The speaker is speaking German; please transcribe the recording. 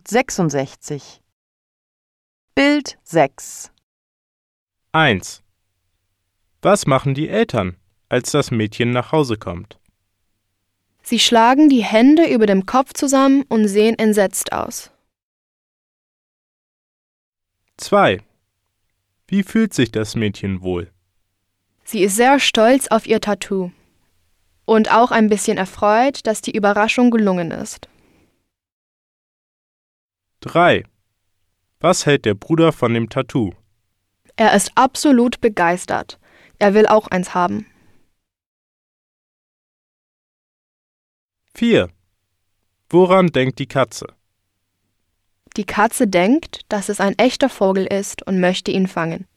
1.66 Bild 6 1. Was machen die Eltern, als das Mädchen nach Hause kommt? Sie schlagen die Hände über dem Kopf zusammen und sehen entsetzt aus. 2. Wie fühlt sich das Mädchen wohl? Sie ist sehr stolz auf ihr Tattoo und auch ein bisschen erfreut, dass die Überraschung gelungen ist. 3. Was hält der Bruder von dem Tattoo? Er ist absolut begeistert. Er will auch eins haben. 4. Woran denkt die Katze? Die Katze denkt, dass es ein echter Vogel ist und möchte ihn fangen.